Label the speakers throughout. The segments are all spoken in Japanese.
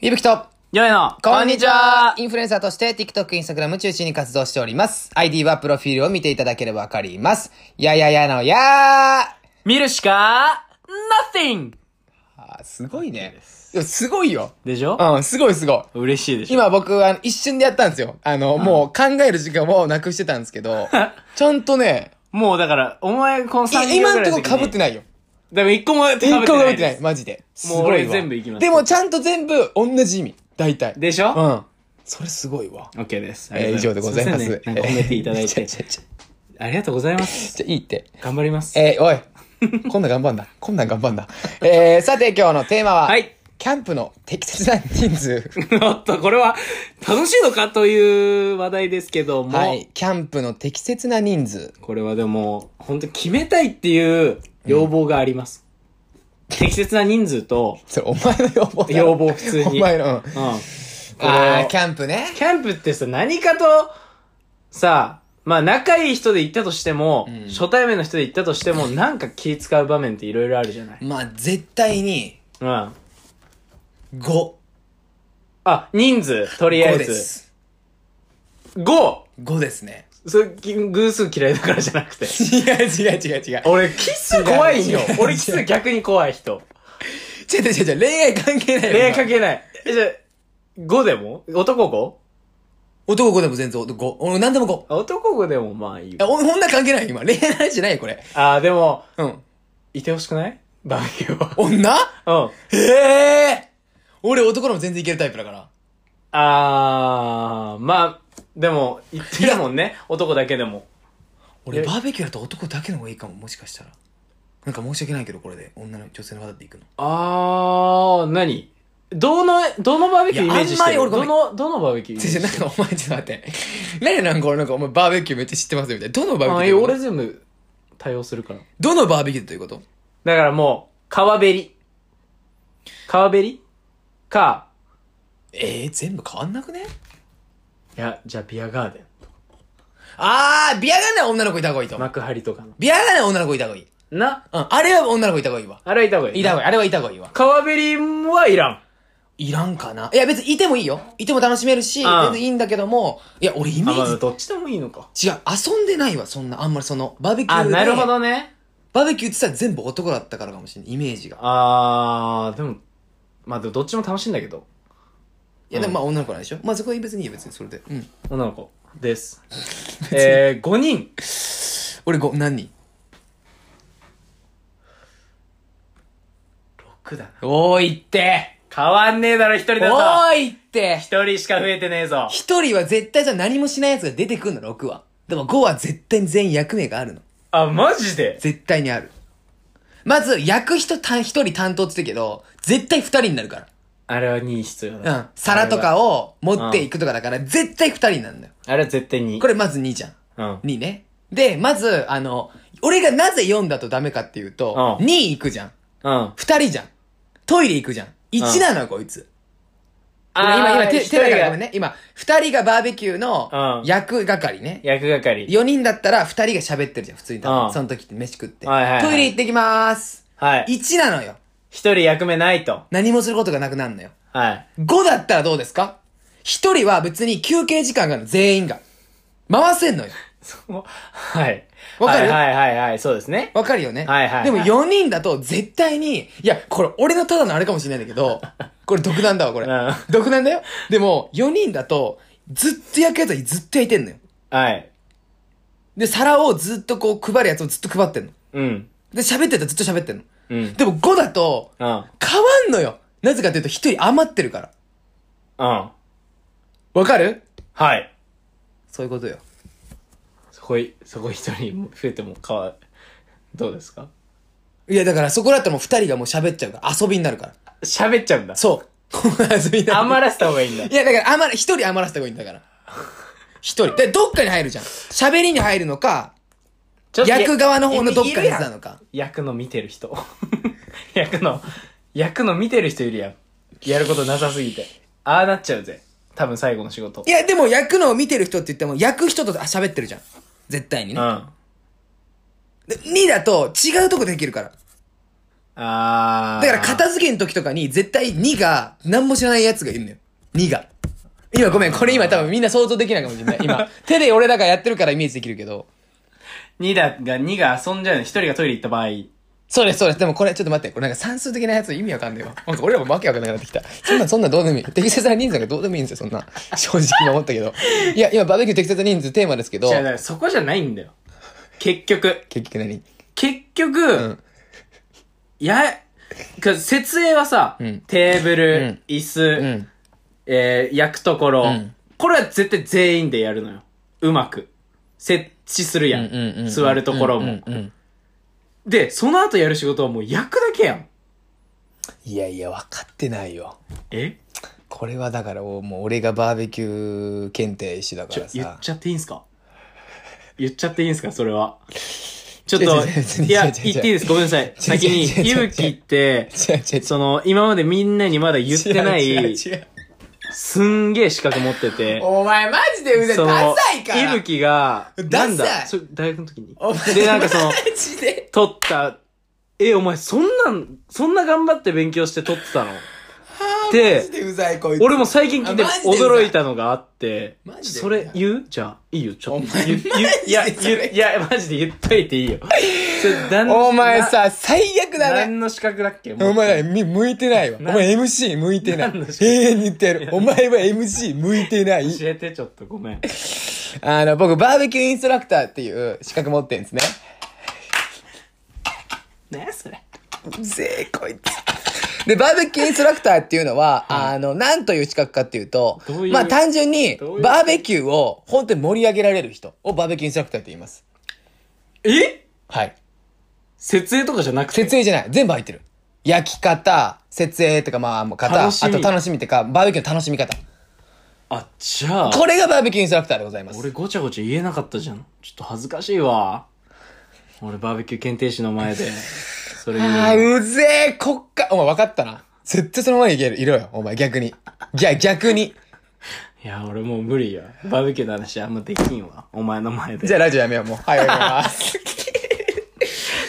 Speaker 1: いぶきと、
Speaker 2: よいの
Speaker 1: インフルエンサーとして TikTok、Instagram 中心に活動しております。ID はプロフィールを見ていただければわかります。やややのやー
Speaker 2: 見るしか、nothing!
Speaker 1: あーすごいね。いやすごいよ。
Speaker 2: でしょ
Speaker 1: うん、すごいすごい。
Speaker 2: 嬉しいでしょ
Speaker 1: 今僕は一瞬でやったんですよ。あの、もう考える時間をなくしてたんですけ ど、ちゃんとね、
Speaker 2: もうだから、お前この
Speaker 1: い
Speaker 2: 3秒
Speaker 1: 今
Speaker 2: ぐ
Speaker 1: ん
Speaker 2: らい
Speaker 1: と
Speaker 2: の
Speaker 1: こ
Speaker 2: 時に
Speaker 1: 被ってないよ。
Speaker 2: でも一個も被って
Speaker 1: 一
Speaker 2: ない
Speaker 1: 個被ってな
Speaker 2: で
Speaker 1: い。
Speaker 2: す
Speaker 1: マジで。す
Speaker 2: もう
Speaker 1: ごい
Speaker 2: 俺
Speaker 1: わ。
Speaker 2: 全部いきます
Speaker 1: でもちゃんと全部同じ意味。大体。
Speaker 2: でし
Speaker 1: う
Speaker 2: ょ
Speaker 1: ん。それすごいわ。
Speaker 2: オッケーです。あり
Speaker 1: えー以
Speaker 2: がと
Speaker 1: 上
Speaker 2: う
Speaker 1: でございます。
Speaker 2: せんねなんか褒めていただ い
Speaker 1: ちゃ
Speaker 2: て。
Speaker 1: ちゃちゃ
Speaker 2: ありがとうございます。
Speaker 1: じゃ、いいって。
Speaker 2: 頑張ります。
Speaker 1: えーおい。こんなん頑張んだ。こんなん頑張んだ。えー、さて今日のテーマは、
Speaker 2: はい
Speaker 1: キャンプの適切な人数。
Speaker 2: おっと、これは、楽しいのかという話題ですけども、
Speaker 1: はい。キャンプの適切な人数。
Speaker 2: これはでも、本当決めたいっていう要望があります。適切な人数と、
Speaker 1: それお前の要望だろ
Speaker 2: 要望普通に
Speaker 1: お前の、うん。
Speaker 2: うん。
Speaker 1: あー、
Speaker 2: キ
Speaker 1: キャンプね。
Speaker 2: ャンプってさ、何かと、さ、まあ仲いい人で行ったとしても、
Speaker 1: うん
Speaker 2: 初対面の人で行ったとして も、なんか気使う場面っていろいろあるじゃない。
Speaker 1: まあ、絶対に、
Speaker 2: うん。
Speaker 1: 5。
Speaker 2: あ、人数、とりあえ
Speaker 1: 5で
Speaker 2: ず。
Speaker 1: す。
Speaker 2: 5!
Speaker 1: 5ですね。
Speaker 2: それ、き偶数嫌いだからじゃなくて。
Speaker 1: 違う違う違う違う。
Speaker 2: 俺、キス怖いんよ
Speaker 1: 違う違。う
Speaker 2: 俺、キス逆に怖い 人。
Speaker 1: 違う違う違う、恋愛関係ないよ。
Speaker 2: 恋愛かけない。え、じゃあ、5でも男
Speaker 1: 男5でも全然5。俺何でも
Speaker 2: 5? 男5でもまあいい
Speaker 1: 5。
Speaker 2: よ。
Speaker 1: あ、お女関係ないよ今。恋愛の話じゃないよ、これ。
Speaker 2: あー、でも、
Speaker 1: うん。
Speaker 2: いてほしくないバーベキュー
Speaker 1: 女
Speaker 2: は。う
Speaker 1: え
Speaker 2: ん。
Speaker 1: え俺男でも全然いけるタイプだから。
Speaker 2: あー、まあ、でも、言ってるもんね。男だけでも。
Speaker 1: 俺
Speaker 2: え
Speaker 1: バーベキューだと男だけの方がいいかも、もしかしたら。なんか申し訳ないけど、これで。女の、女性の方っていくの。
Speaker 2: あー、何どの、どのバーベキューイメージして
Speaker 1: いやあん
Speaker 2: る
Speaker 1: まり俺
Speaker 2: ど
Speaker 1: ご
Speaker 2: の、どのバーベキューイメー
Speaker 1: 先
Speaker 2: ジ
Speaker 1: 生、なんかお前ちょっと待って。何なんか俺なんかお前バーベキューめっちゃ知ってますよ、みたいな。どのバ
Speaker 2: あ
Speaker 1: ー
Speaker 2: ー
Speaker 1: ベ
Speaker 2: い
Speaker 1: キュ
Speaker 2: や
Speaker 1: ー
Speaker 2: 俺全部対応するから。
Speaker 1: どのバーベキューということ
Speaker 2: だからもう、川べり。川べりか、
Speaker 1: ええ全部変わんなくね
Speaker 2: いや、じゃあビアガーデン。と
Speaker 1: あー、ビアガーデンは女の子いた方がいいと。
Speaker 2: 幕張とかの。
Speaker 1: ビアガーデンは女の子いた方がいい。
Speaker 2: な、
Speaker 1: うん、あれは女の子いた方がいいわ。
Speaker 2: あれはいた方がいい。
Speaker 1: いた方がいい。あれはいた方がいいわ。
Speaker 2: 川べりはいらん。
Speaker 1: いらんかな。いや、別にいてもいいよ。いても楽しめるし、
Speaker 2: うん
Speaker 1: 全然いいんだけども、いや、俺イメ
Speaker 2: あ、まあ、
Speaker 1: ー
Speaker 2: どっちでもいいのか。
Speaker 1: ジ、違う、遊んでないわ、そんな。あんまりその、バーベキュー
Speaker 2: あ、
Speaker 1: で。
Speaker 2: なるほ。どね。
Speaker 1: バーベキューってさ、全部男だったからかもしれない、イメージが。
Speaker 2: あー、でも、まあ、でもどっちも楽しいんだけど。
Speaker 1: いや、でもまあ女の子なんでしょまあそこは別にいいよ、別にそれで。うん。
Speaker 2: 女の子です。 えー、5人。
Speaker 1: 俺ご、何人
Speaker 2: 6だな。
Speaker 1: おーいって
Speaker 2: 変わんねえだろ、一人
Speaker 1: お
Speaker 2: だと。
Speaker 1: ーいって
Speaker 2: 一人しか増えてねえぞ。
Speaker 1: 一人は絶対じゃ何もしないやつが出てくんの、6は。でも5は絶対に全員役目があるの。
Speaker 2: あ、マジで
Speaker 1: 絶対にある。まず、役人た、一人担当って言ってたけど、絶対二人になるから。
Speaker 2: あれは2必要だ。
Speaker 1: うん。皿とか
Speaker 2: を。
Speaker 1: を持っていくとかだから、絶対二人になるんだよ。
Speaker 2: あれは絶対に。
Speaker 1: これまず2じゃん。
Speaker 2: うん。
Speaker 1: 2ね。で、まず、あの、俺がなぜ4だとダメかっていうと、
Speaker 2: うん
Speaker 1: 2行くじゃん。
Speaker 2: うん。
Speaker 1: 2人じゃん。トイレ行くじゃん。1なのよ、こいつ。ごめん今、今、手、手だからごめん
Speaker 2: ね。
Speaker 1: ね。今、2人がバーベキューの
Speaker 2: うん
Speaker 1: 役係ね。
Speaker 2: 役係。
Speaker 1: 4人だったら2人が喋ってるじゃん、普通に多分。
Speaker 2: うん
Speaker 1: その時って飯食って。
Speaker 2: はいはいはい
Speaker 1: トイレ行ってきまーす。
Speaker 2: はい。
Speaker 1: 1なのよ。
Speaker 2: 一人役目ないと。
Speaker 1: 何もすることがなくなるのよ。
Speaker 2: はい。
Speaker 1: 5だったらどうですか ?1 人は別に休憩時間があるの、全員が。回せんのよ。
Speaker 2: そうはい。
Speaker 1: わかる
Speaker 2: はいはいはいはい、そうですね。
Speaker 1: わかるよね。
Speaker 2: はいはいはい
Speaker 1: でも4人だと絶対に、いや、これ俺のただのあれかもしれないんだけ ど、これ独断だわ、これ
Speaker 2: うん。
Speaker 1: 独断だよ。でも、4人だと、ずっと焼くやつはずっと焼いてんのよ。
Speaker 2: はい。
Speaker 1: で、皿をずっとこう配るやつをずっと配ってんの。
Speaker 2: うん。
Speaker 1: で、喋ってたらずっと喋ってんの。
Speaker 2: うん。うん。
Speaker 1: でも5だと、
Speaker 2: うん。
Speaker 1: 変わんのよ。なぜかというと1人余ってるから。
Speaker 2: は
Speaker 1: わかる
Speaker 2: い。
Speaker 1: そういうことよ。
Speaker 2: そこい、そこ一人増えても変わる。どうですか
Speaker 1: いや、だからそこだったらもう2人がもう喋っちゃうから、遊びになるから。
Speaker 2: 喋っちゃうんだ。
Speaker 1: そう。 遊びになる。
Speaker 2: 余らせた方がいいんだ
Speaker 1: い。や、だから、あまり、一人余らせた方がいいんだから。一人。で、どっかに入るじゃん。喋りに入るのか、
Speaker 2: ちょっと
Speaker 1: 役側の方のどっ
Speaker 2: い
Speaker 1: か
Speaker 2: る
Speaker 1: に
Speaker 2: やん
Speaker 1: なのか。
Speaker 2: 役の見てる人。 役の、役の見てる人いるやん。やることなさすぎて。ああなっちゃうぜ。多分最後の仕事
Speaker 1: い。や、でも、役のを見てる人って言っても、役人とあ喋ってるじゃん。絶対に
Speaker 2: う
Speaker 1: ね。
Speaker 2: ん。
Speaker 1: で2だと、違うとこできるから。
Speaker 2: あー。
Speaker 1: だから片付けの時とかに絶対2が何も知らない奴がいるのよ。2が。今ごめん、これ今多分みんな想像できないかもしれない。 今。手で俺らがやってるからイメージできるけど。
Speaker 2: 2だが、2が遊んじゃうの。1人がトイレ行った場合。
Speaker 1: そうです、そうです。でもこれちょっと待って。これなんか算数的なやつ意味わかんないわ。なんか俺らもわけわかんなくなってきた。そんなん、そんなんどうでもいい。適切な人数がどうでもいいんですよ、そんな。正直今思ったけど。いや、今バーベキュー適切な人数テーマですけど
Speaker 2: じゃ。あ、そこじゃないんだよ。結局。
Speaker 1: 結局何
Speaker 2: 結局、
Speaker 1: ん
Speaker 2: いや、か設営はさ、
Speaker 1: ん
Speaker 2: テーブル、椅子、
Speaker 1: うん。
Speaker 2: えー焼くところ、
Speaker 1: うん
Speaker 2: これは絶対全員でやるのよ。うまく。設置するやん。
Speaker 1: うんうんうん
Speaker 2: 座るところも、
Speaker 1: うんうんうん
Speaker 2: で、その後やる仕事はもう焼くだけやん。
Speaker 1: いやいや、分かってないよ。
Speaker 2: え
Speaker 1: これはだから、もう俺がバーベキュー検定一緒だか
Speaker 2: ちょ
Speaker 1: ら、
Speaker 2: 言っ
Speaker 1: さ。
Speaker 2: ちゃっていいんすか 言っちゃっていいんすかそれは。ちょっ
Speaker 1: 違う
Speaker 2: と、
Speaker 1: 違う違う
Speaker 2: いや、
Speaker 1: 違う
Speaker 2: 言
Speaker 1: 違う
Speaker 2: っていいです。ごめんなさい。先に、
Speaker 1: 違う違う違う違う
Speaker 2: 勇気って、
Speaker 1: 違う違う違う
Speaker 2: その、今までみんなにまだ言ってな
Speaker 1: 違う違
Speaker 2: い、
Speaker 1: う違う
Speaker 2: すんげえ資格持ってて。
Speaker 1: お前マジで腕
Speaker 2: そ
Speaker 1: ダ
Speaker 2: の
Speaker 1: サいから
Speaker 2: いぶきが、
Speaker 1: ダサい
Speaker 2: なんだそれ大学の時に
Speaker 1: お。前
Speaker 2: で、なんかその
Speaker 1: マ、ジで
Speaker 2: 撮った、え、お前そんなん、そんな頑張って勉強して撮って たの
Speaker 1: マ
Speaker 2: で
Speaker 1: ジ、でうざいこいつ
Speaker 2: 俺も最近聞いて
Speaker 1: あマジでうざい
Speaker 2: 驚いたのがあって
Speaker 1: マ、ジでうざい
Speaker 2: それ言うじゃあ、いいよ、ちょっ
Speaker 1: お
Speaker 2: と。
Speaker 1: 前
Speaker 2: 言う言う
Speaker 1: マジで
Speaker 2: いや、
Speaker 1: それ
Speaker 2: 言ういや、マジで言っといていいよ。それだ ん
Speaker 1: お前、さ最悪
Speaker 2: な
Speaker 1: だね
Speaker 2: 何の資格だっけ
Speaker 1: お前らみ向いてないわお
Speaker 2: な
Speaker 1: 前 MC 向いてない
Speaker 2: 何の
Speaker 1: 永遠に言ってやるお前は MC 向いてない
Speaker 2: 教えて、ちょっと ごめん。
Speaker 1: あの僕バーベキューインストラクターっていう資格持ってんですね
Speaker 2: ねそれ。
Speaker 1: うぜえこいつでバーベキューインストラクターっていうのは、あの、なんという資格かっていうと、
Speaker 2: どういう
Speaker 1: まあ単純に、
Speaker 2: どういう
Speaker 1: バーベキューを本当に盛り上げられる人をバーベキューインストラクターって言います。
Speaker 2: え
Speaker 1: はい。
Speaker 2: 設営とかじゃなくて
Speaker 1: 設営じゃない。全部入ってる。焼き方、設営とか、まあ、方、あ
Speaker 2: 楽しみ
Speaker 1: と楽しみとか、バーベキューの楽しみ方。
Speaker 2: あ、じゃあ。
Speaker 1: これがバーベキューインストラクターでございます。
Speaker 2: 俺ごちゃごちゃ言えなかったじゃん。ちょっと恥ずかしいわ。俺バーベキュー検定士の前で、それ言 うの
Speaker 1: ああ、うぜえ、国家。お前分かったな。絶対そのままいける、いろよ。お前逆に。じゃあ逆に。
Speaker 2: いや、俺もう無理や。バーベキューの話あんまできんわ。お前の前で。
Speaker 1: じゃあラジオやめよう、もう。はい、やめます。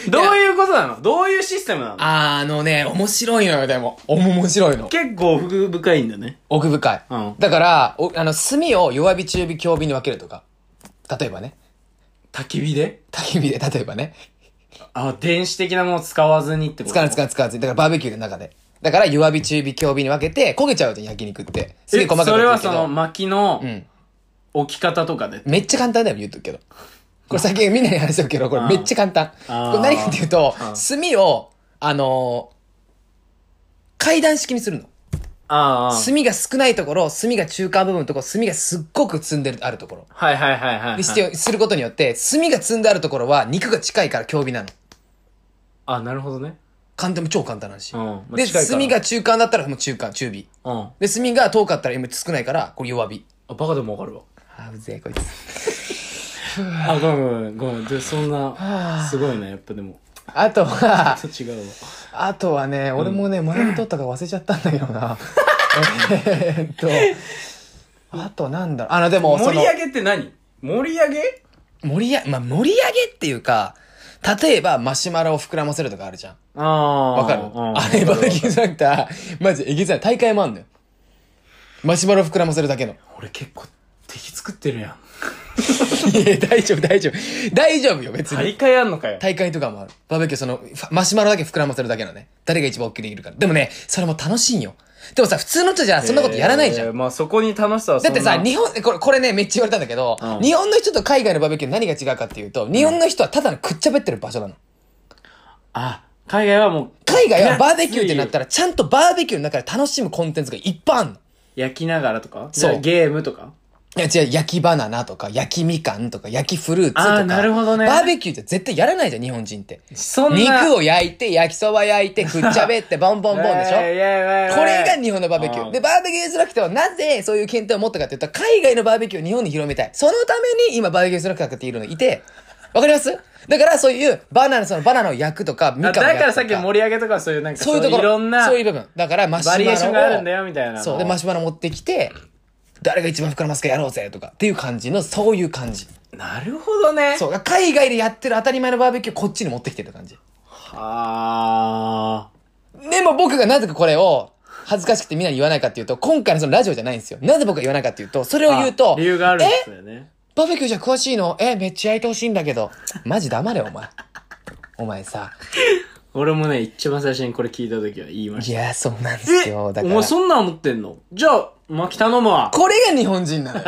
Speaker 2: どういうことなのどういうシステムなの
Speaker 1: あのね、面白いのよ、でも。おも面白いの。
Speaker 2: 結構奥深いんだね。
Speaker 1: 奥深い。
Speaker 2: うん
Speaker 1: だから、おあの、炭を弱火、中火、強火に分けるとか。例えばね。
Speaker 2: 焚き火で
Speaker 1: 焚き火で、例えばね。
Speaker 2: あ、電子的なもの使わずにってこと
Speaker 1: 使わない使わない使わずに。だからバーベキューの中で。だから弱火、中火、強火に分けて、焦げちゃうと焼肉って。すげえ細かく
Speaker 2: えそれはそ
Speaker 1: 言うけど
Speaker 2: の薪の
Speaker 1: ん
Speaker 2: 置き方とかで。
Speaker 1: めっちゃ簡単だよ、言っとくけ ど。これ先みんなに話しておくけど、これめっちゃ簡単。
Speaker 2: あー
Speaker 1: これ何かっていうと、炭を、あのー階段式にするの。
Speaker 2: ああ。
Speaker 1: 炭が少ないところ、炭が中間部分のところ、炭がすっごく積んでるあるところ。
Speaker 2: はいはいはいはい、は
Speaker 1: に
Speaker 2: い。
Speaker 1: して、することによって、炭が積んであるところは肉が近いから強火なの。
Speaker 2: あ、なるほどね。
Speaker 1: 簡単も超簡単な話。
Speaker 2: うんまあ
Speaker 1: で、
Speaker 2: 近いから
Speaker 1: 炭が中間だったらもう中間、中火。
Speaker 2: うん。あ、
Speaker 1: で、炭が遠かったら今少ないから、これ弱火。
Speaker 2: バカでもわかるわ。
Speaker 1: あー、うぜえ、こいつ。
Speaker 2: あ、ごめんごめんごめん。で、そんな、すごいな、やっぱでも。
Speaker 1: あとは、
Speaker 2: ちょっと違うわ。
Speaker 1: あとはね、俺もね、前に撮ったか忘れちゃったんだけど な。えーっと、あとなんだろう。あの、でも、そ
Speaker 2: 盛
Speaker 1: の
Speaker 2: り、上げって何盛り上げ
Speaker 1: 盛り上げ、まあ、盛り上げっていうか、例えばマシュマロを膨らませるとかあるじゃん。
Speaker 2: ああ。
Speaker 1: わかるあれ、バーベキューじゃなくて、マジえげつない。大会もあんのよ。マシュマロ膨らませるだ けの。
Speaker 2: 俺結構敵作ってるやん。
Speaker 1: いや、大丈夫、大丈夫。大丈夫よ、別に。
Speaker 2: 大会あんのかよ。
Speaker 1: 大会とかもある。バーベキュー、その、ファマシュマロだけ膨らませるだけのね。誰が一番大きくできるか。でもね、それも楽しいんよ。でもさ、普通の人じゃそんなことやらないじゃん
Speaker 2: えー。まあそこに楽しさはそ
Speaker 1: だ
Speaker 2: ん
Speaker 1: っ
Speaker 2: な
Speaker 1: てさ、日本、これ、これね、めっちゃ言われたんだけど、
Speaker 2: うん
Speaker 1: 日本の人と海外のバーベキュー何が違うかっていうと、日本の人はただのくっちゃべってる場所なの。
Speaker 2: あ、海外はもう、
Speaker 1: 海外はバーベキューってなったら、ちゃんとバーベキューの中で楽しむコンテンツがいっぱいあんの。
Speaker 2: 焼きながらとか
Speaker 1: そう
Speaker 2: じゃあゲームとか
Speaker 1: いや違う、焼きバナナとか、焼きみかんとか、焼きフルーツとか。
Speaker 2: あーなるほどね
Speaker 1: バーベキューって絶対やらないじゃん、日本人って。
Speaker 2: そんな。
Speaker 1: 肉
Speaker 2: を
Speaker 1: を焼いて、焼きそば焼いて、くっちゃべって、ボンボンボンでしょ
Speaker 2: いやいやいや
Speaker 1: これが日本のバーベキュ
Speaker 2: う
Speaker 1: ー。
Speaker 2: ん
Speaker 1: で、バーベキューインストラクターはなぜそういう検定を持ったかって言ったら、海外のバーベキューを日本に広めたい。そのために今バーベキューインストラクターっているのいて、わかりますだからそういうバナナ、そのバナナを焼くとか、みかん
Speaker 2: あ
Speaker 1: を焼くとか。
Speaker 2: だからさっき盛り上げとかそういうなんか、
Speaker 1: そういうところ、
Speaker 2: いろんな
Speaker 1: そういう部分。だからマシュマ
Speaker 2: バ
Speaker 1: ロを。
Speaker 2: リエーションがあるんだよみたいなの。
Speaker 1: そう。で、マシュマロ持ってきて、誰が一番膨らますかやろうぜとかっていう感じの、そういう感じ。
Speaker 2: なるほどね。
Speaker 1: そう。海外でやってる当たり前のバーベキューをこっちに持ってきてる感じ。
Speaker 2: はあ。
Speaker 1: 僕がなぜかこれを、恥ずかしくてみんなに言わないかっていうと、今回のそのラジオじゃないんですよ。なぜ僕が言わないかっていうと、それを言うと、
Speaker 2: あ理由があるんですよね。
Speaker 1: バーベキューじゃ詳しいのえ、めっちゃ焼いてほしいんだけど。マジ黙れ、お前。お前さ。
Speaker 2: 俺もね、一番最初にこれ聞いた時は言いま
Speaker 1: い
Speaker 2: し
Speaker 1: や、そうなんで
Speaker 2: た。
Speaker 1: す
Speaker 2: え
Speaker 1: よ。
Speaker 2: お
Speaker 1: だから
Speaker 2: 前。そんなん思ってんのじゃあ、まき頼むわ。
Speaker 1: これが日本人 なのよ。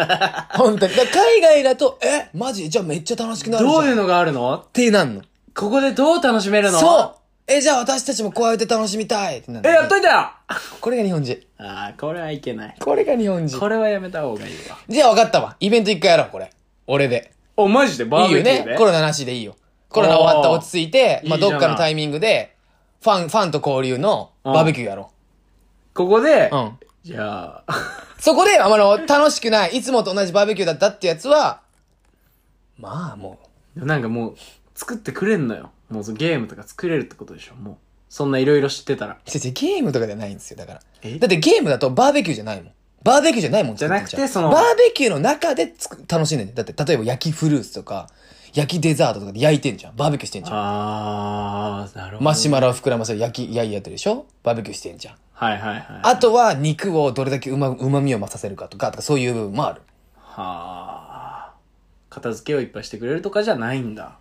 Speaker 1: 本当に。だから海外だと、え、マジじゃあめっちゃ楽しくなるじゃん。
Speaker 2: どういう
Speaker 1: っ
Speaker 2: のがあるの
Speaker 1: てなんの。
Speaker 2: ここでどう楽しめるの
Speaker 1: そうえ、じゃあ私たちもこうやって楽しみたいってなる
Speaker 2: え、やっといたよあ
Speaker 1: これが日本人。
Speaker 2: あ、これはいけない。
Speaker 1: これが日本人
Speaker 2: こ。れはやめた方がいいわ。
Speaker 1: じゃあ分かったわ。イベント一回やろう、これ。俺で。
Speaker 2: お、マジでバ
Speaker 1: い
Speaker 2: ー
Speaker 1: いよ
Speaker 2: ベキュー
Speaker 1: ね
Speaker 2: で。。
Speaker 1: コロナなしでいいよ。コロナ終わった
Speaker 2: おー
Speaker 1: 落ち着いて、まあ
Speaker 2: いい
Speaker 1: ど
Speaker 2: じゃない
Speaker 1: っかのタイミングで、ファン、ファンと交流のバーベキューやろ
Speaker 2: ここで
Speaker 1: う。う、ん。
Speaker 2: じゃあ、
Speaker 1: そこで、あの、楽しくない、いつもと同じバーベキューだったってやつは、まあも
Speaker 2: なんかもう、作ってくれんのよ。もうそのゲームとか作れるってことでしょ、もう。そんないろいろ知ってたら。
Speaker 1: う、違う違うゲームとかじゃないんですよ、だから。
Speaker 2: え
Speaker 1: だってゲームだとバーベキューじゃないもん。バーベキューじゃないもん作ってん
Speaker 2: じゃなくてその
Speaker 1: バーベキューの中でつく楽しんでんだって、例えば焼きフルーツとか、焼きデザートとかで焼いてんじゃん。バーベキューしてんじゃん。
Speaker 2: あー、なるほど。
Speaker 1: マシュマロを膨らませる焼き、焼いやってるでしょバーベキューしてんじゃん。
Speaker 2: はいはいはい。
Speaker 1: あとは肉をどれだけうま、うまみを増させるかとか、とかそういう部分もある。
Speaker 2: はあ。片付けをいっぱいしてくれるとかじゃないんだ。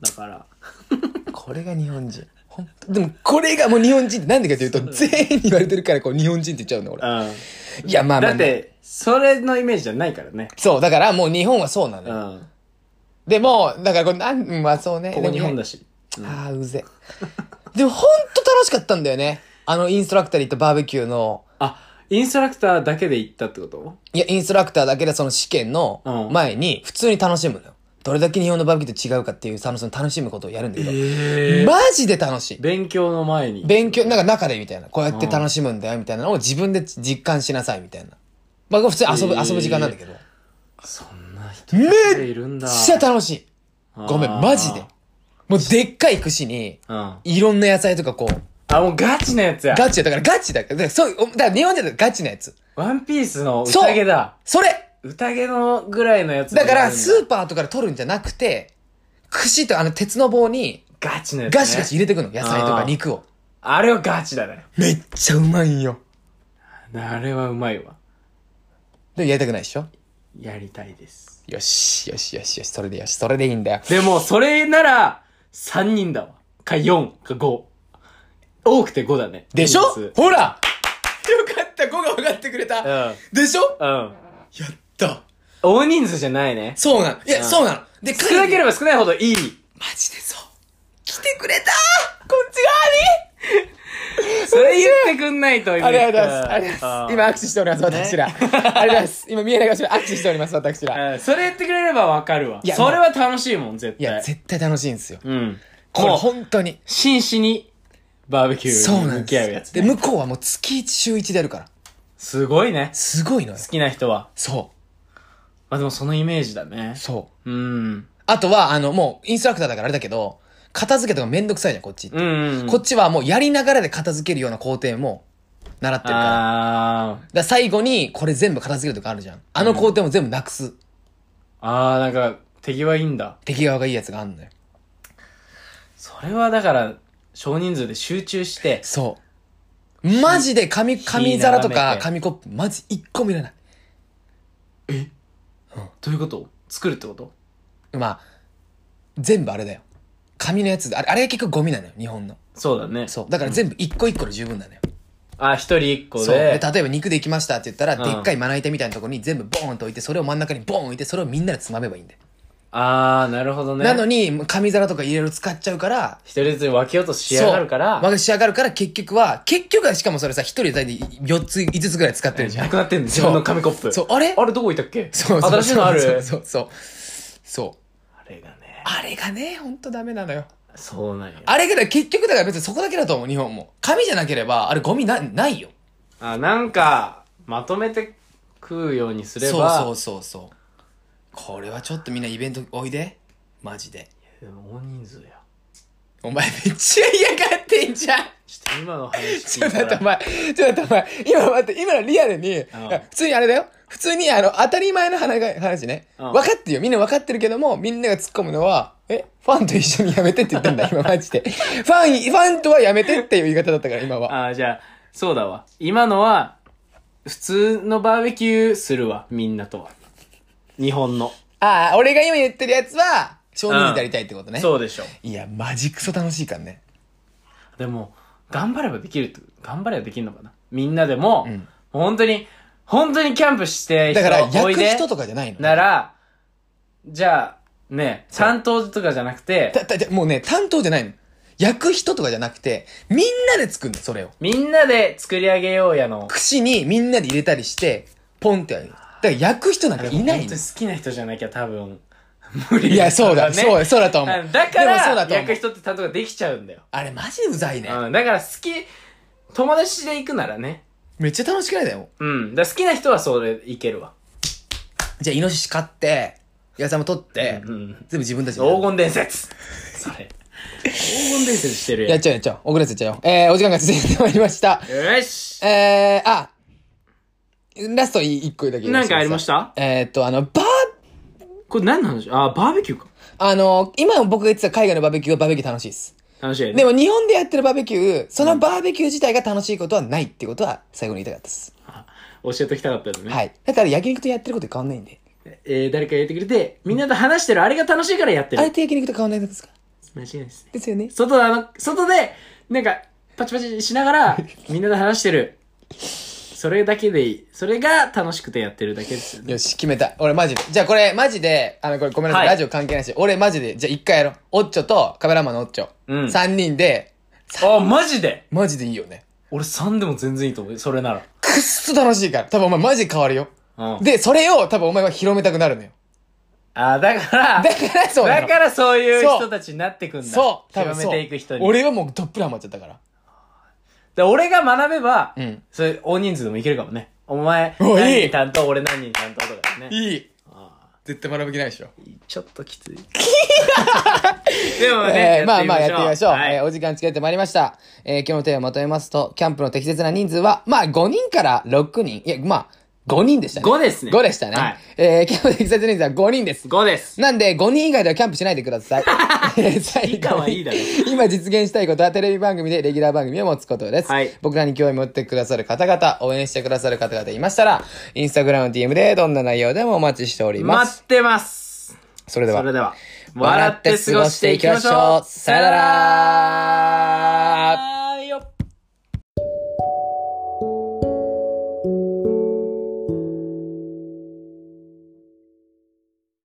Speaker 2: だから。
Speaker 1: これが日本人。本当でも、これがもう日本人ってなんでかというと、全員に言われてるから、こう、日本人って言っちゃうの、俺。
Speaker 2: う
Speaker 1: いや、まあ
Speaker 2: ん。
Speaker 1: まあ、
Speaker 2: だ
Speaker 1: ね。
Speaker 2: って、それのイメージじゃないからね。
Speaker 1: そう、だからもう日本はそうなの
Speaker 2: う
Speaker 1: よ。
Speaker 2: ん。
Speaker 1: でも、だからこれ、なん、うんまあそうね。
Speaker 2: ここ日本
Speaker 1: だ。
Speaker 2: だし。
Speaker 1: ああ、うぜ。でも、ほんと楽しかったんだよね。あの、インストラクターで行ったバーベキューの、
Speaker 2: あ、インストラクターだけで行ったってこと
Speaker 1: いや、インストラクターだけでその試験の
Speaker 2: うん
Speaker 1: 前に、普通に楽しむのよ。どれだけ日本のバーベキューと違うかっていう、そのその楽しむことをやるんだけど、
Speaker 2: え
Speaker 1: マジで楽しい。
Speaker 2: 勉強の前に。
Speaker 1: 勉強、なんか中でみたいな。こうやって楽しむんだよ、みたいなのを自分で実感しなさい、みたいな。まあ、普通に遊ぶ、
Speaker 2: えー
Speaker 1: 遊ぶ時間なんだけど。
Speaker 2: そんな人
Speaker 1: めっ
Speaker 2: いるんだ。
Speaker 1: ちゃ楽しい。ごめん、マジで。もうでっかい串に、
Speaker 2: うん。あ、
Speaker 1: いろんな野菜とかこう、
Speaker 2: もうガチなやつや。
Speaker 1: ガチよだからガチだから、だからそういう、だから日本人だとガチなやつ。
Speaker 2: ワンピースの
Speaker 1: そう
Speaker 2: 宴だ。
Speaker 1: それ
Speaker 2: 宴のぐらいのやつ
Speaker 1: だから、スー
Speaker 2: プ。
Speaker 1: パーとかで取るんじゃなくて、串とあの鉄の棒に、
Speaker 2: ガチのやつ、ね。
Speaker 1: ガシガシ入れてくの。野菜と
Speaker 2: あ
Speaker 1: か
Speaker 2: ー
Speaker 1: 肉を。
Speaker 2: あれはガチだね。
Speaker 1: めっちゃうまいんよ。
Speaker 2: あれはうまいわ。
Speaker 1: でもやりたくないでしょ
Speaker 2: やりたいです。
Speaker 1: よし、よし、よし、よし、それでよし、それでいいんだよ。
Speaker 2: でも、それなら、3人だわ。か4、か5。多くて5だね。
Speaker 1: でしょ
Speaker 2: 人
Speaker 1: ほらよかった、子が分かってくれた。
Speaker 2: 数
Speaker 1: でしょ
Speaker 2: うん。うん。
Speaker 1: やった。
Speaker 2: 大人数じゃないね。
Speaker 1: そうなの。いや、
Speaker 2: うん
Speaker 1: そうなの。で、
Speaker 2: 少なければ少ないほどいい。
Speaker 1: マジでそう。来てくれたこっち
Speaker 2: それ言ってくんないと。
Speaker 1: 側にありがとうございます。ありがとうございます。今握手しております、私ら。ありがとうございます。今見えないかもしれない。握手しております、私ら。
Speaker 2: 今。それ言ってくれればわかるわ。
Speaker 1: いや
Speaker 2: それは楽しいもん、絶
Speaker 1: いや、
Speaker 2: 対。
Speaker 1: 絶対楽しいんですよ。
Speaker 2: うん。
Speaker 1: これ
Speaker 2: もう、
Speaker 1: 本当に。
Speaker 2: 真摯に、バーベキュ
Speaker 1: そう
Speaker 2: ーに
Speaker 1: なん
Speaker 2: 向き合うや
Speaker 1: で
Speaker 2: つ
Speaker 1: す。で、
Speaker 2: ね。
Speaker 1: 向こうはもう月1週1でやるから。
Speaker 2: すごいね。
Speaker 1: すごいのよ
Speaker 2: 好。きな人は。
Speaker 1: そ
Speaker 2: まあでもそのイメージだね
Speaker 1: う。。そう。
Speaker 2: うん。
Speaker 1: あとは、あの、もう、インストラクターだからあれだけど、片付けとかめんどくさいじゃん、こっちって。
Speaker 2: うんうんうん。
Speaker 1: こっちはもうやりながらで片付けるような工程も習ってるから。だか
Speaker 2: あー。
Speaker 1: ら最後にこれ全部片付けるとかあるじゃん。あの工程も全部なくす。
Speaker 2: あー、なんか、手際いいんだ。
Speaker 1: 敵側がいいやつがあんのよ。
Speaker 2: それはだから、少人数で集中して、
Speaker 1: そう。マジで紙、紙皿と
Speaker 2: 並
Speaker 1: か
Speaker 2: べて
Speaker 1: 紙コップ、マジ一個もいらない。
Speaker 2: どういうこと作るってこと
Speaker 1: まあ、全部あれだよ。紙のやつで、あれ、あれ結局ゴミなのよ、日本の。
Speaker 2: そうだね。
Speaker 1: そう。だから全部一個一個で十分なのよ。
Speaker 2: あ、一人一個
Speaker 1: そう。で
Speaker 2: で。
Speaker 1: 例えば肉できましたって言ったら、
Speaker 2: うん
Speaker 1: でっかいまな板みたいなところに全部ボーンと置いて、それを真ん中にボーン置いて、それをみんなでつまめばいいんだよ。
Speaker 2: あー、なるほどね。
Speaker 1: なのに、紙皿とかいろいろ使っちゃうから、
Speaker 2: 一人ずつ分けようとしやがる
Speaker 1: そ
Speaker 2: か
Speaker 1: うわ
Speaker 2: ら、
Speaker 1: が仕上がるから結局は、結局はしかもそれさ、一人で大体4つ、5つぐらい使ってるじゃ
Speaker 2: なんく。なってんの自分の紙コップ。
Speaker 1: そう、あれ
Speaker 2: あれどこ置いたっけ
Speaker 1: そうそうそう。
Speaker 2: 新しいのある
Speaker 1: そうそうそう。そう。
Speaker 2: あれがね。
Speaker 1: あれがね、ほんとダメなのよ。
Speaker 2: そうなんや。
Speaker 1: あれが結局だから別にそこだけだと思う、日本も。紙じゃなければ、あれゴミな、ないよ。
Speaker 2: あ、なんか、まとめて食うようにすれ
Speaker 1: そう
Speaker 2: ば、
Speaker 1: そうそうそう。これはちょっとみんなイベントおいで。マジで。
Speaker 2: でも大人数や。
Speaker 1: お前めっちゃ嫌がってんじゃん。
Speaker 2: ちょっと今の 話
Speaker 1: ちょ
Speaker 2: 聞
Speaker 1: っ
Speaker 2: い
Speaker 1: と
Speaker 2: た
Speaker 1: 待って
Speaker 2: ら
Speaker 1: お、前、ちょっと待ってお前、今待って、今のリアルに、普通にあれだよ。普通に、あの、当たり前の話が話ね。
Speaker 2: うん
Speaker 1: 分かってるよ。みんな分かってるけども、みんなが突っ込むのは、え、ファンと一緒にやめてって言って んだ、今マジで。ファン、ファンとはやめてっていう言い方だったから、今は。
Speaker 2: ああ、じゃあ、そうだわ。今のは、普通のバーベキューするわ、みんなとは。日本の。
Speaker 1: ああ、俺が今言ってるやつは、少人数でやりたいってことね。
Speaker 2: そうでしょ。
Speaker 1: いや、マジクソ楽しいからね。
Speaker 2: でも、頑張ればできるって、頑張ればできるのかな。みんなでも、
Speaker 1: うん
Speaker 2: 本当に、本当にキャンプして、
Speaker 1: だから、
Speaker 2: お
Speaker 1: 焼
Speaker 2: い
Speaker 1: く
Speaker 2: で
Speaker 1: 人とかじゃないの。
Speaker 2: なら、じゃあ、ね、担当とかじゃなくて、
Speaker 1: た、た、じゃもうね、担当じゃないの。焼く人とかじゃなくて、みんなで作るの、それを。
Speaker 2: みんなで作り上げようやの。
Speaker 1: 串にみんなで入れたりして、ポンってやる。だから焼く人なんかいない
Speaker 2: 本当
Speaker 1: の
Speaker 2: に。好きな人じゃなきゃ多分、無理
Speaker 1: いや、そうだ、
Speaker 2: ね
Speaker 1: そうだ、そうだと思
Speaker 2: う
Speaker 1: う。
Speaker 2: んだか
Speaker 1: でもそうだ
Speaker 2: ら、
Speaker 1: と思
Speaker 2: 焼
Speaker 1: う
Speaker 2: く人って担当ができちゃうんだよ。
Speaker 1: あれ、マジでうざいね。
Speaker 2: うん、だから好き、友達で行くならね。
Speaker 1: めっちゃ楽しくないだよ。
Speaker 2: うん。だから好きな人はそれいけるわ。
Speaker 1: じゃあ、イノシシ買って、野菜も取って、
Speaker 2: うんうん
Speaker 1: 全部自分たちで。
Speaker 2: 黄金伝説。それ。黄金伝説してる
Speaker 1: や
Speaker 2: や
Speaker 1: っちゃうやっちゃう。遅らせちゃうよ。えー、お時間が続いてまいりました。
Speaker 2: ん。よし
Speaker 1: えー、あ、ラスト一個だけ。
Speaker 2: なんかありました
Speaker 1: えーっと、あの、バー、
Speaker 2: これ何なんでしょうあ、バーベキューか。
Speaker 1: あの、今僕が言ってた海外のバーベキューはバーベキュー楽しいです。
Speaker 2: 楽しいよね。
Speaker 1: でも日本でやってるバーベキュー、そのバーベキュー自体が楽しいことはないってことは最後に言いたかったです。
Speaker 2: 教えときたかったですね。
Speaker 1: はい。だから焼肉とやってること変わんないんで。
Speaker 2: えー、誰か言ってくれて、みんなと話してるあれが楽しいからやって
Speaker 1: あれっ
Speaker 2: る。
Speaker 1: て焼肉と変わんないですか
Speaker 2: 間違いないですね。
Speaker 1: ですよね。
Speaker 2: 外で、あの、外で、なんか、パチパチしな がら、みんなで話してる。それだけでいい。それが楽しくてやってるだけですよね。
Speaker 1: よし、決めた。俺マジで。じゃあこれマジで、あの、これごめんなさい。
Speaker 2: は
Speaker 1: ラ
Speaker 2: い
Speaker 1: ジオ関係ないし、俺マジで、じゃあ一回やろう。オッチョとカメラマンのオッチョ。
Speaker 2: うん
Speaker 1: 三人で、
Speaker 2: あ、マジで
Speaker 1: マジでいいよね。
Speaker 2: 俺3でも全然いいと思う。それなら。
Speaker 1: くっそ楽しいから。多分お前マジで変わるよ。
Speaker 2: うん。
Speaker 1: で、それを多分お前は広めたくなるのよ。
Speaker 2: あ、だから、
Speaker 1: だからそうな
Speaker 2: だ
Speaker 1: の。
Speaker 2: からそういう
Speaker 1: そう
Speaker 2: 人たちになってくんだ。
Speaker 1: そう、多分
Speaker 2: 広
Speaker 1: そう。
Speaker 2: めていく人に。
Speaker 1: 俺はもうどっぷりハマっちゃったから。
Speaker 2: で俺が学べば、
Speaker 1: うん
Speaker 2: それ、大人数でもいけるかもね。お前、
Speaker 1: おいい
Speaker 2: 何人担当、俺何人担当とかね。
Speaker 1: いい。
Speaker 2: あ
Speaker 1: 絶対学ぶ気ないでしょ。
Speaker 2: ーちょっとき つい。でもね、
Speaker 1: えーまあまあやってみましょう。
Speaker 2: はい
Speaker 1: えーお時間近づいてまいりました。えー今日のテーマまとめますと、キャンプの適切な人数は、まあ5人から6人。いや、まあ5人でしたね。
Speaker 2: 5ですね
Speaker 1: 5でしたね。
Speaker 2: はい
Speaker 1: えーキャンプの適切な人数は5人です。
Speaker 2: 5です。
Speaker 1: なんで、5人以外ではキャンプしないでくださ い。えー最後に
Speaker 2: 以下はいいだろ
Speaker 1: 今実現したいことはテレビ番組でレギュラー番組を持つことです。
Speaker 2: はい
Speaker 1: 僕らに興味を持ってくださる方々、応援してくださる方々いましたら、インスタグラムの DM でどんな内容でもお待ちしておりま
Speaker 2: 待
Speaker 1: す。
Speaker 2: ってます。
Speaker 1: それで
Speaker 2: そ
Speaker 1: は
Speaker 2: れ。では、笑って過ごしていきましょう。
Speaker 1: さよなら